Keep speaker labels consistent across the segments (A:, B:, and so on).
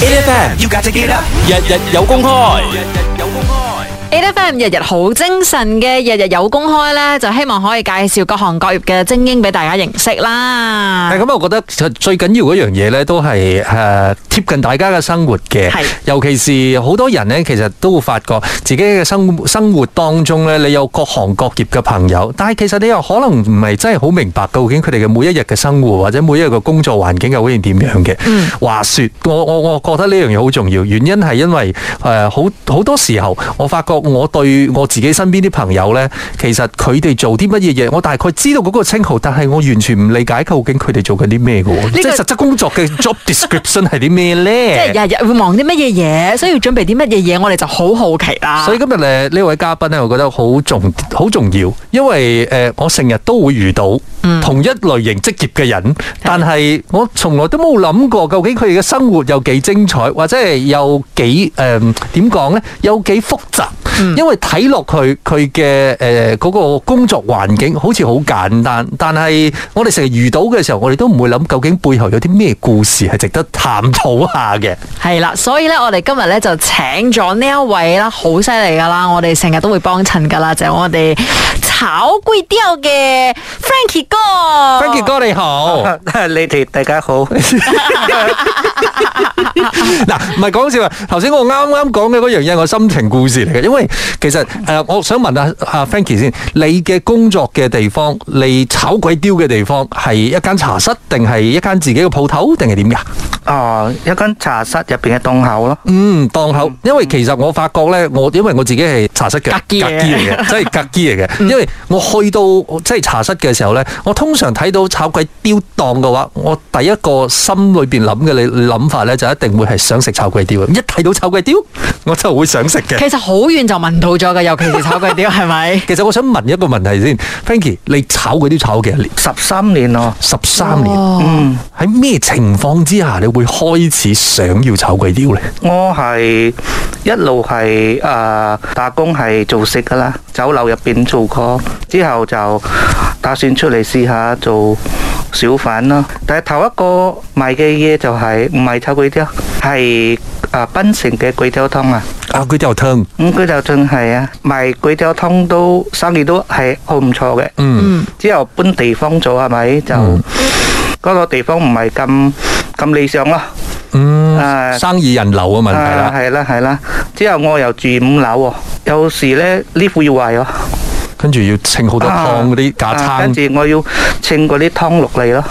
A: 8FM，要架隻機啦，日日有公開，日日有公開。
B: A F M 日日好精神嘅，日日有公開咧，就希望可以介紹各行各業嘅精英俾大家認識啦
C: 但。咁，我覺得其實最緊要嗰樣嘢咧，都係誒貼近大家嘅生活嘅
B: 係。
C: 尤其是好多人咧，其實都會發覺自己嘅生生活當中咧，你有各行各業嘅朋友，但係其實你又可能唔係真係好明白究竟佢哋嘅每一日嘅生活或者每一日嘅工作環境究竟點樣嘅。
B: 嗯
C: 話説，我我我覺得呢樣嘢好重要，原因係因為誒、呃好好多時候，我發覺我對我自己身邊啲朋友呢，其實佢哋做啲乜嘢嘢，我大概知道嗰個稱號，但係我完全唔理解究竟佢哋做緊啲咩嘅喎，
B: 個
C: 即係實質工作嘅 job description 係啲咩
B: 即
C: 呢？
B: 係日日會忙啲乜嘢嘢，需要準備啲乜嘢嘢，我哋就好好奇啦。
C: 所以今日咧呢位嘉賓咧，我覺得好重好重要，因為誒、呃我成日都會遇到同一類型職業嘅人，但係我從來都冇諗過究竟佢哋嘅生活有幾精彩，或者係有幾誒點講呢？有幾複雜。因為睇落去佢嘅誒嗰個工作環境好似好簡單，但係我哋成日遇到嘅時候，我哋都唔會諗究竟背後有啲咩故事係值得探討下嘅。
B: 係啦，所以咧，我哋今日咧就請咗呢一位啦，好犀利噶啦，我哋成日都會幫襯噶啦，就係我哋炒粿條嘅 Frankie 哥。哦
C: Frankie 哥你好。
D: 你哋大家好，
C: 嗱，唔係講笑啊！頭先我啱啱講嘅嗰樣嘢，我心情故事嚟嘅，因為其實誒、呃我想問下阿 Frankie 先，你嘅工作嘅地方，你炒鬼雕嘅地方係一間茶室，定係一間自己嘅鋪頭，定係點㗎？
D: 哦，一間茶室入邊嘅檔口咯，
C: 嗯，檔口，因為其實我發覺咧，我因為我自己係茶室嘅嗯
B: 格機嚟嘅
C: 嚟 嘅，即係格機嚟嘅。因為我去到即係茶室嘅時候咧，我通常睇到炒鬼雕檔嘅話，我第一個心裏邊諗嘅你諗法咧，就一定會係想食炒鬼雕嘅。一睇到炒鬼雕， 我就會想食嘅。
B: 其實好遠就聞到咗嘅，尤其是炒粿條，係咪？
C: 其實我想問一個問題先，Frankie，你炒鬼雕炒幾多年？
D: 十三年咯，
C: 十三年，
B: 哦
D: 嗯，
C: 喺咩情況之下你會開始想要炒鬼雕咧？
D: 我係一路係誒、呃打工係做食噶啦，酒樓入邊做過，之後就打算出嚟試下做小販啦。但係頭一個賣嘅嘢就係唔係炒粿條，係誒檳城嘅粿條湯啊。
C: 啊，佢就聽，
D: 咁佢就真係啊，賣粿條湯都生意都係好唔錯嘅。
C: 嗯，
D: 之後搬地方做係咪？就嗰、個地方唔係咁咁理想咯。
C: 嗯
D: 啊
C: 生意人流嘅問題啦。
D: 啊係啦係啦。之後我又住五樓喎，有時咧呢副要壞喎，
C: 跟住要稱好多湯嗰啲架
D: 啊
C: 撐
D: 跟。住我要稱嗰啲湯落嚟咯，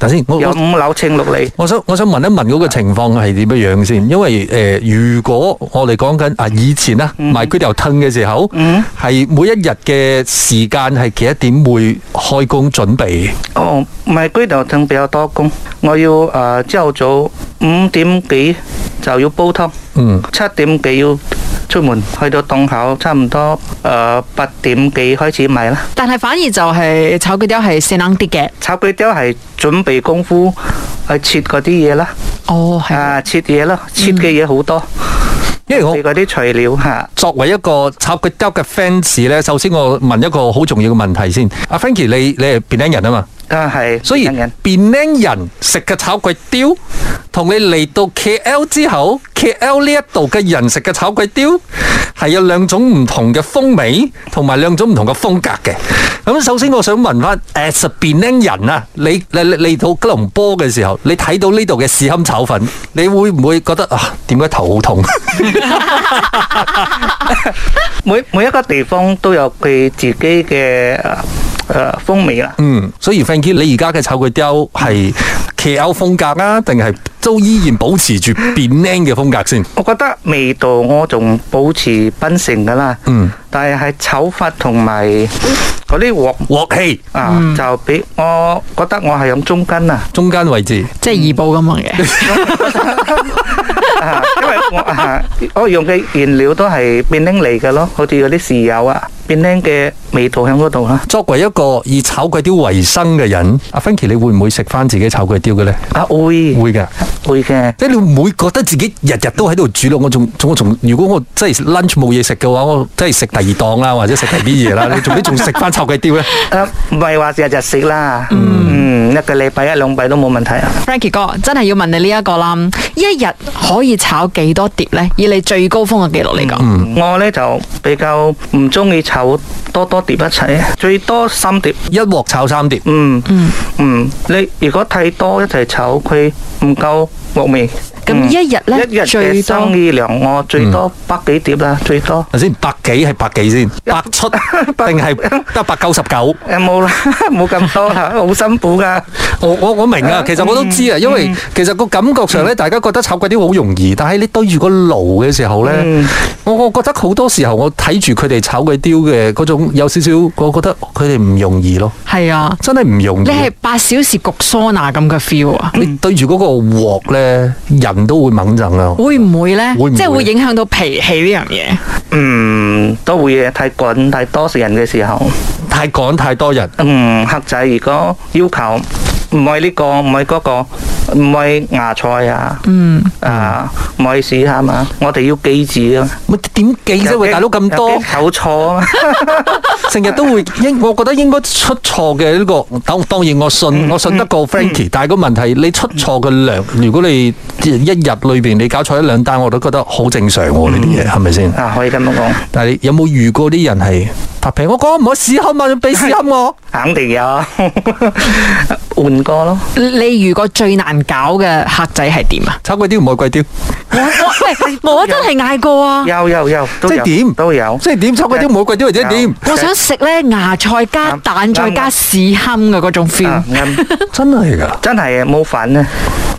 C: 等先，我
D: 由
C: 我
D: 五樓稱落嚟。
C: 我想我想問一問嗰個情況係點樣樣先，因為誒、呃如果我哋講緊啊以前啦，賣居頭吞嘅時候，
D: 嗯
C: 係、每一日嘅時間係幾多點會開工準備？
D: 哦，賣粿條湯比較多工，我要誒朝、頭早五點幾就要煲湯。
C: 嗯，
D: 七點幾要出門，去到檔口差唔多誒八點幾開始賣啦。
B: 但係反而就係炒粿條係鮮冷啲嘅。
D: 炒粿條係準備功夫去切嗰啲嘢啦，
B: 哦，係。
D: 啊切嘢啦，
C: 嗯
D: 切嘅嘢好多，
C: 因為我
D: 你嗰啲材料嚇。
C: 作為一個炒骨雕嘅 fans 咧，首先我問一個好重要嘅問題先。阿 Frankie，你你係便靚人啊嘛？
D: 啊，係，
C: 所以
D: 人
C: 便寧人食嘅炒粿條，同你嚟到 KL 之後，KL 呢一度嘅人食嘅炒粿條係有兩種唔同嘅風味，同埋兩種唔同嘅風格嘅。咁首先我想問翻，as a 便寧人啊，你你你你到吉隆坡嘅時候，你睇到呢度嘅豉坎炒粉，你會唔會覺得啊？點解頭好痛？
D: 每每一個地方都有佢自己嘅誒誒風味啦。
C: 嗯，所以 Frankie，你而家嘅炒粿條係 KL 風格啊，定係都依然保持住便寧嘅風格先？
D: 我覺得味道我仲保持檳城噶啦，
C: 嗯，
D: 但係係炒法同埋嗰啲鑊
C: 鑊氣。
D: 啊，
C: 嗯
D: 就俾我覺得我係響中間啊。
C: 中間位置，
B: 即係二部咁
C: 嗯
B: 樣嘅，
D: 啊，因為我啊，我用嘅原料都係變拎嚟嘅咯，好似嗰啲豉油啊，變拎嘅味道喺嗰度啦。
C: 作為一個以炒粿條為生嘅人，阿 Frankie 你會唔會食翻自己炒粿條嘅呢？
D: 啊，會
C: 會㗎。
D: 會嘅，
C: 即係你會唔會覺得自己日日都喺度煮咯？我仲仲我仲，如果我真係 lunch 冇嘢食嘅話，我真係食第二檔啦，或者食第二啲嘢啦。你 做咩仲食翻臭雞雕咧？
D: 啊唔係話日日食啦，嗯，一個禮拜一兩拜都冇問題啊。
B: Frankie 哥，真係要問你呢一個啦，一日可以炒幾多碟呢？以你最高峰嘅記錄嚟講，
C: 嗯
D: 我呢就比較唔中意炒多多碟一齊，啊最多三碟。
C: 一鑊炒三碟，
D: 嗯嗯，你如果太多一齊炒，佢唔夠鑊味。
B: 咁、
D: 嗯
B: 一日呢，
D: 一日
B: 最
D: 嘅
B: 多嗯
D: 生意量，我最多百幾碟啦，最多。
C: 頭先百幾係百幾先，百出定係得百九十九？
D: 誒冇啦，冇咁多 啦，好辛苦噶。
C: 我我我明
D: 嗯
C: 啊，其實我都知啊，因為其實個感覺上咧，大家覺得炒粿條好容易，但係你對住個爐嘅時候咧，
D: 嗯
C: 我我覺得好多時候我睇住佢哋炒粿條嘅嗰種有少少，我覺得佢哋唔容易咯，
B: 係啊，
C: 真係唔容易
B: 你
C: 啊。
B: 係八小時焗桑拿咁嘅 feel 啊？
D: 嗯
C: 你對住嗰個鑊咧，人都會猛震啊！
B: 會唔會呢？
C: 會唔會
B: 即係會影響到脾氣呢樣嘢？
D: 嗯，都會嘅，太滾太多人嘅時候，
C: 太趕太多人，
D: 嗯，客仔如果要求唔係呢個，唔係嗰個，唔係芽菜啊，嗯，啊，唔係試下嘛，我哋要記住啊嘛。
C: 咪點記啫？喂，大佬咁
D: 有
C: 多
D: 驚，有錯啊嘛，
C: 成日都會應，我覺得應該出錯嘅呢個。當當然我信，我信得過 Frankie，但係個問題你出錯嘅量，如果你一日裏邊你搞錯一兩單，我都覺得好正常喎。呢啲嘢係咪先？
D: 啊，可以咁樣講，
C: 但係你有冇遇過啲人係拍平？我講唔好屎坑啊，俾屎坑 我。
D: 肯定有， 換歌咯。
B: 你如果最難搞嘅客仔係點 啊？
C: 炒貴啲唔係貴啲，
B: 我我喂，我真係嗌過 啊！
D: 有有有，都
C: 即係
D: 有
C: 點
D: 都有。
C: 即係點炒貴啲唔係貴啲，或者點？
B: 我想食咧芽菜加蛋
D: 啱
B: 再加屎坑嘅嗰種 feel
D: 啊。啱
C: 真係㗎，
D: 真係冇份啊！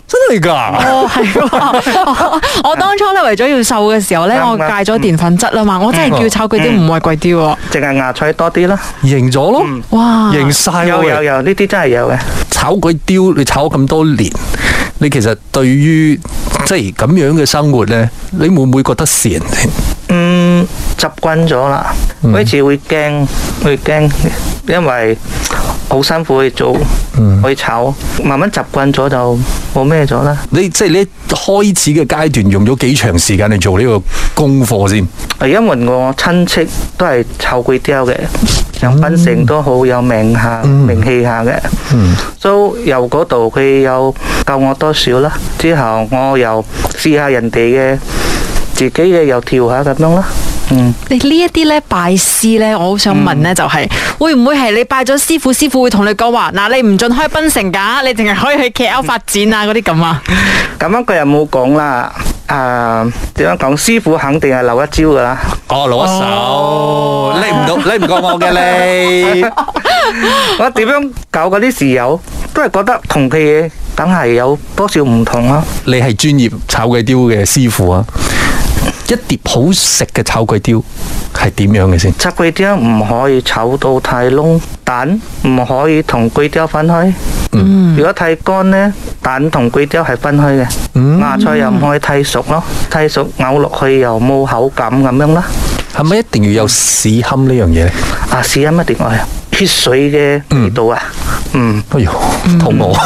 C: 真係㗎。
B: 哦，係 喎！哦我我當初咧為咗要瘦嘅時候咧，
D: 啱
B: 我
D: 啱嗯
B: 戒咗澱粉質啦嘛，我真係叫炒粿條唔係粿條喎。
D: 淨係芽菜多啲啦。
C: 贏咗咯，
B: 哇！
C: 贏晒
D: 有
C: 喎
D: 有有，呢啲真係有嘅。
C: 炒鬼雕，你炒咗咁多年，你其實對於即係咁樣嘅生活呢，你會唔會覺得蝕先？
D: 嗯，習慣咗啦，開始會驚，會驚，因為好辛苦去做，去炒，慢慢習慣咗就冇咩咗啦。
C: 你即係你一開始嘅階段用咗幾長時間嚟做呢個功課先？
D: 啊因為我親戚都係炒粿條嘅，有檳城都好有名下、名氣下嘅，所以由嗰度佢有教我多少啦。之後我又試下人哋嘅，自己嘅又跳下咁樣啦。嗯。
B: 你呢一啲咧拜師咧，我好想問咧，就係會唔會係你拜咗師傅，師傅會同你講話嗱，你唔准開檳城㗎，你淨係可以去 KL 發展啊嗰啲咁啊？
D: 咁樣佢又冇講啦。啊，點樣講？師傅肯定係留一招噶啦。
C: 哦，攞一手，你唔 到，你唔過我嘅你，
D: 我點樣搞嗰啲豉油，都係覺得同嘅嘢，梗係有多少唔同啦。
C: 你係專業炒鬼雕嘅師傅啊！一碟好食嘅炒鬼雕係點樣嘅先？
D: 拆粿條唔可以炒到太燶，蛋唔可以同粿條分開。嗯，如果太乾呢，蛋同粿條係分開嘅。
C: 嗯
D: 芽菜又唔可以太熟咯，太熟咬落去又冇口感咁樣啦。
C: 係咪一定要有屎堪呢樣嘢呢？
D: 啊，試音一定我血水嘅味道啊，嗯
C: 哎呦，肚餓。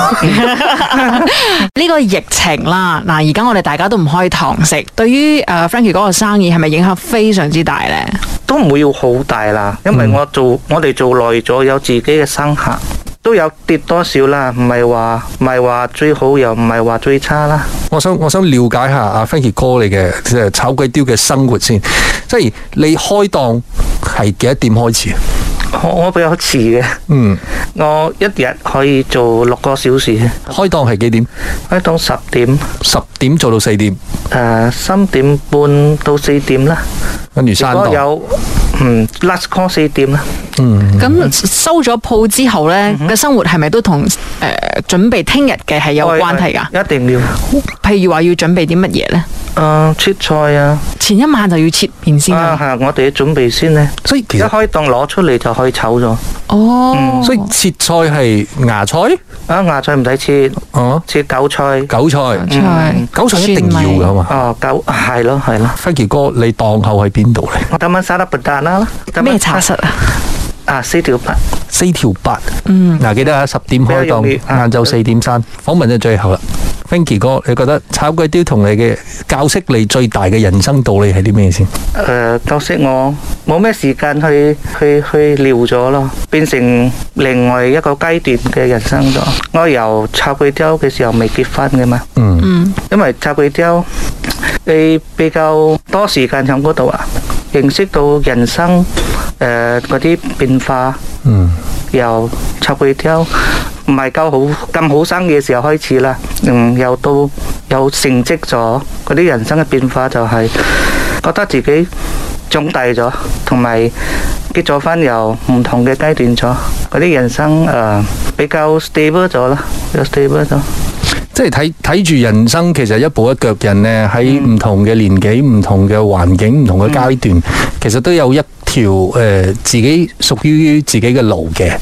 B: 呢個疫情啦，嗱而家我哋大家都唔開堂食，對於誒、呃 Frankie 嗰個生意係咪影響非常之大咧？
D: 都唔會要好大啦，因
B: 嗯
D: 為我做、我哋做耐咗，有自己嘅生客，都有跌多少啦，唔係話唔係話最好又唔係話最差啦。
C: 我想我想了解下阿 Frankie 哥你嘅即係炒粿條嘅生活先，即係你開檔係幾多點開始？啊
D: 我我比較遲嘅，
C: 嗯，
D: 我一日可以做六個小時，
C: 開檔係幾點？
D: 開到十點，誒、
C: 十點做到四點，
D: 三點半到四點啦。
C: 跟住
D: 如
C: 閂
D: 果
C: 檔。嗯
D: 有嗯 last call 四點啦，嗯
B: 咁、收咗鋪之後咧，嘅、生活係咪都同誒、呃、準備聽日嘅係有關係㗎？
D: 一定要，誒、
B: 譬如話要準備啲乜嘢咧？
D: 切菜啊，
B: 前一晚就要切片先㗎
D: 啊
B: 啦。
D: 嚇，我哋要準備先呢。
C: 所以其
B: 啊
D: 一
C: 實
D: 開檔攞出嚟就可以炒咗，
B: 哦，
C: 所以切菜係芽菜，
D: 啊芽菜唔使切，
C: 哦、
D: 切韭菜。
C: 韭菜，
B: 出去
C: 韭嗯菜一定要
B: 蒜米
C: 㗎嘛。
D: 哦，九係咯係咯，
C: Frankie 哥，你檔口喺邊度呢？
D: 我今晚沙得不達啦，今晚
B: 咩茶室啊？
D: 啊四條八，
C: 四條八。嗯，嗱記得啊，十點開
D: 比較
C: 檔，
D: 容易啊
C: 晏晝四點閂。訪問就最後啦，Finky 哥，你覺得炒鬼雕同你嘅教識你最大嘅人生道理係啲咩先？
D: 誒、教識我冇咩時間去去去聊咗咯，變成另外一個階段嘅人生咗。我由插佢雕嘅時候未結婚嘅嘛，
C: 嗯，
D: 因為插佢雕你比較多時間喺嗰度啊，認識到人生誒嗰啲變化。
C: 嗯，
D: 由插佢雕唔係夠好咁好生意嘅時候開始啦，嗯，又到有成績咗，嗰啲人生嘅變化就係覺得自己長大咗，同埋結咗婚又唔同嘅階段咗，嗰啲人生誒、呃比較 stable 咗啦，又 stable 咗。
C: 即係睇睇住人生，其實一步一腳印呢，喺唔同嘅年紀、唔同嘅環境、唔同嘅階段，其實都有一條誒、呃自己屬於自己嘅路嘅。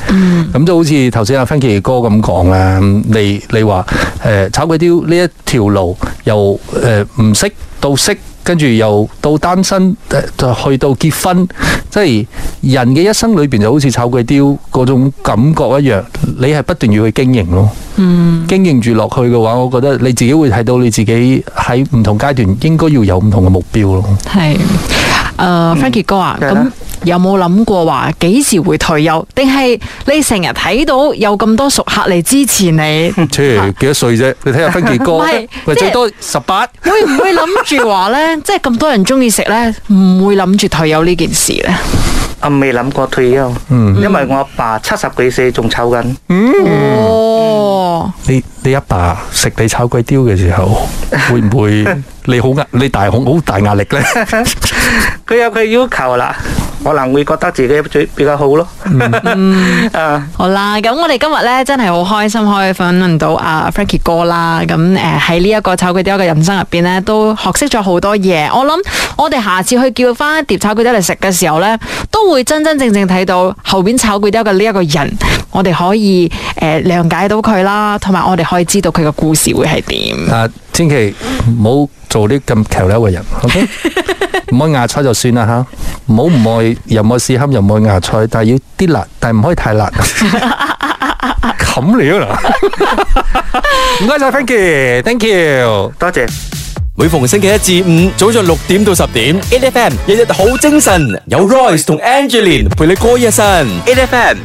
C: 咁、就好似頭先阿 Frankie 哥咁講啦，你你話誒、呃炒鬼雕呢一條路由誒唔識到識。跟住又到單身，呃就去到結婚，即係人嘅一生裏邊就好似炒鬼雕嗰種感覺一樣，你係不斷要去經營咯。經營住落去嘅話，我覺得你自己會睇到你自己喺唔同階段應該要有唔同嘅目標咯。
B: 系，诶、f
C: 嗯
B: r a n k i e 哥啊，
D: 係
B: 咁
D: 啦
B: 有冇諗過話幾時會退休？定係你成日睇到有咁多熟客嚟支持 你，
C: 切，幾多歲啫？你睇下 Frankie
B: 唔係
C: 哥，
B: 即係
C: 啊最多十八。
B: 會唔會諗住話呢？即係咁多人中意食呢，唔會諗住退休呢件事呢？
D: 我未諗過退休，
C: 嗯
D: 因為我阿爸七十幾歲仲炒緊，
B: 哦，
C: 你你阿爸食你炒鬼雕嘅時 候，會唔會你好壓你大好好大壓力呢？
D: 佢有佢要求啦，可能會覺得自己最比較好咯。 啊
B: 好啦，咁我哋今日呢，真係好開心可以訪問到阿 Frankie 哥啦。咁誒喺呢一個炒粿條嘅人生入邊呢，都學識咗好多嘢。我諗我哋下次去叫翻一碟炒粿條嚟食嘅時候呢，都會真真正正睇到後邊炒粿條嘅呢一個人，我哋可以誒、呃、諒解到佢啦，同埋我哋可以知道佢嘅故事會係點。
C: 啊，千祈唔好做啲咁騎呢嘅人，OK？唔愛牙菜就算啦吓，唔好唔愛又唔愛屎堪又唔愛牙菜，但係要啲辣，但係唔可以太辣。冚料啦！唔該晒 Frankie，thank you。
D: 多謝。
A: 每逢星期一至五早上六點到十點，A F M 日日好精神，有 Royce 同 Angelin 陪你過一晨，A F M。